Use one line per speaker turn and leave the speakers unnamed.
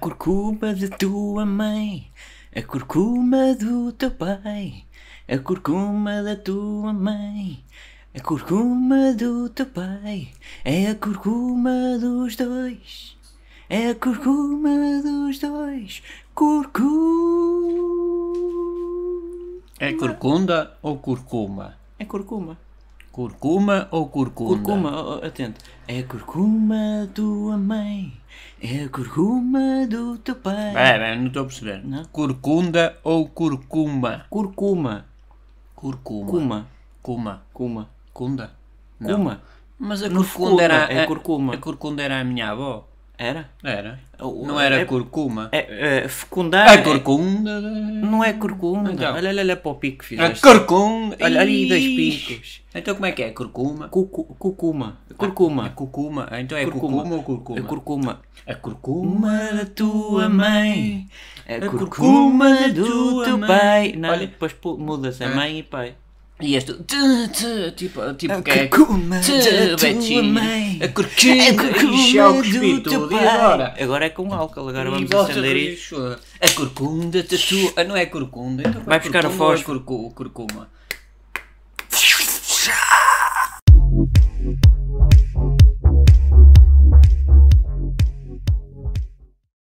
curcuma de tua mãe, a curcuma do teu pai, a curcuma da tua mãe, a curcuma do teu pai, é a curcuma dos dois, é a curcuma dos dois, curcuma.
É corcunda ou curcuma?
É curcuma.
Curcuma ou curcunda?
Curcuma, ó, ó, atento. É a curcuma da tua mãe, é a curcuma do teu pai.
Pera, pera, É, não estou a perceber.
Não?
Curcunda ou curcuma?
Curcuma,
Curcuma.
cuma,
Cuma.
cuma,
Cunda? Não.
cuma.
Mas a
No
curcunda era...
é
a-
curcuma.
A curcunda era a minha avó.
Era?
Era.
O- o-
Não era
é-
curcuma.
É, é,
A
fecundar. é-
curcunda...
Não é curcunda.
Então.
Olha, olha, olha para o pico que
A
fizeste.
curcunda...
Olha ali dois
Ixi.
picos.
Então como é que é? Curcuma?
Cucu, cucuma.
A
Curcuma.
curcuma. Ah, Então é
Curcuma.
curcuma ou curcuma?
A curcuma.
A curcuma.
Uma da tua mãe. A
A
É curcuma
curcuma
do
da
teu
tua
pai.
mãe.
Não,
Olha. É.
depois pu- muda-se a mãe e pai.
E este. tê, tê, Tipo, tipo que é.
curcuma
Tê, Betinho. A curcuma.
A curcuma
Ixi, é o que espírito. E agora? é
Agora é com álcool, agora
E
vamos
volta
acender
com
isto.
A curcunda da tua. Ah, não é curcunda. Então
Vai buscar o
curcuma ou é
fósforo.
curcu- curcuma.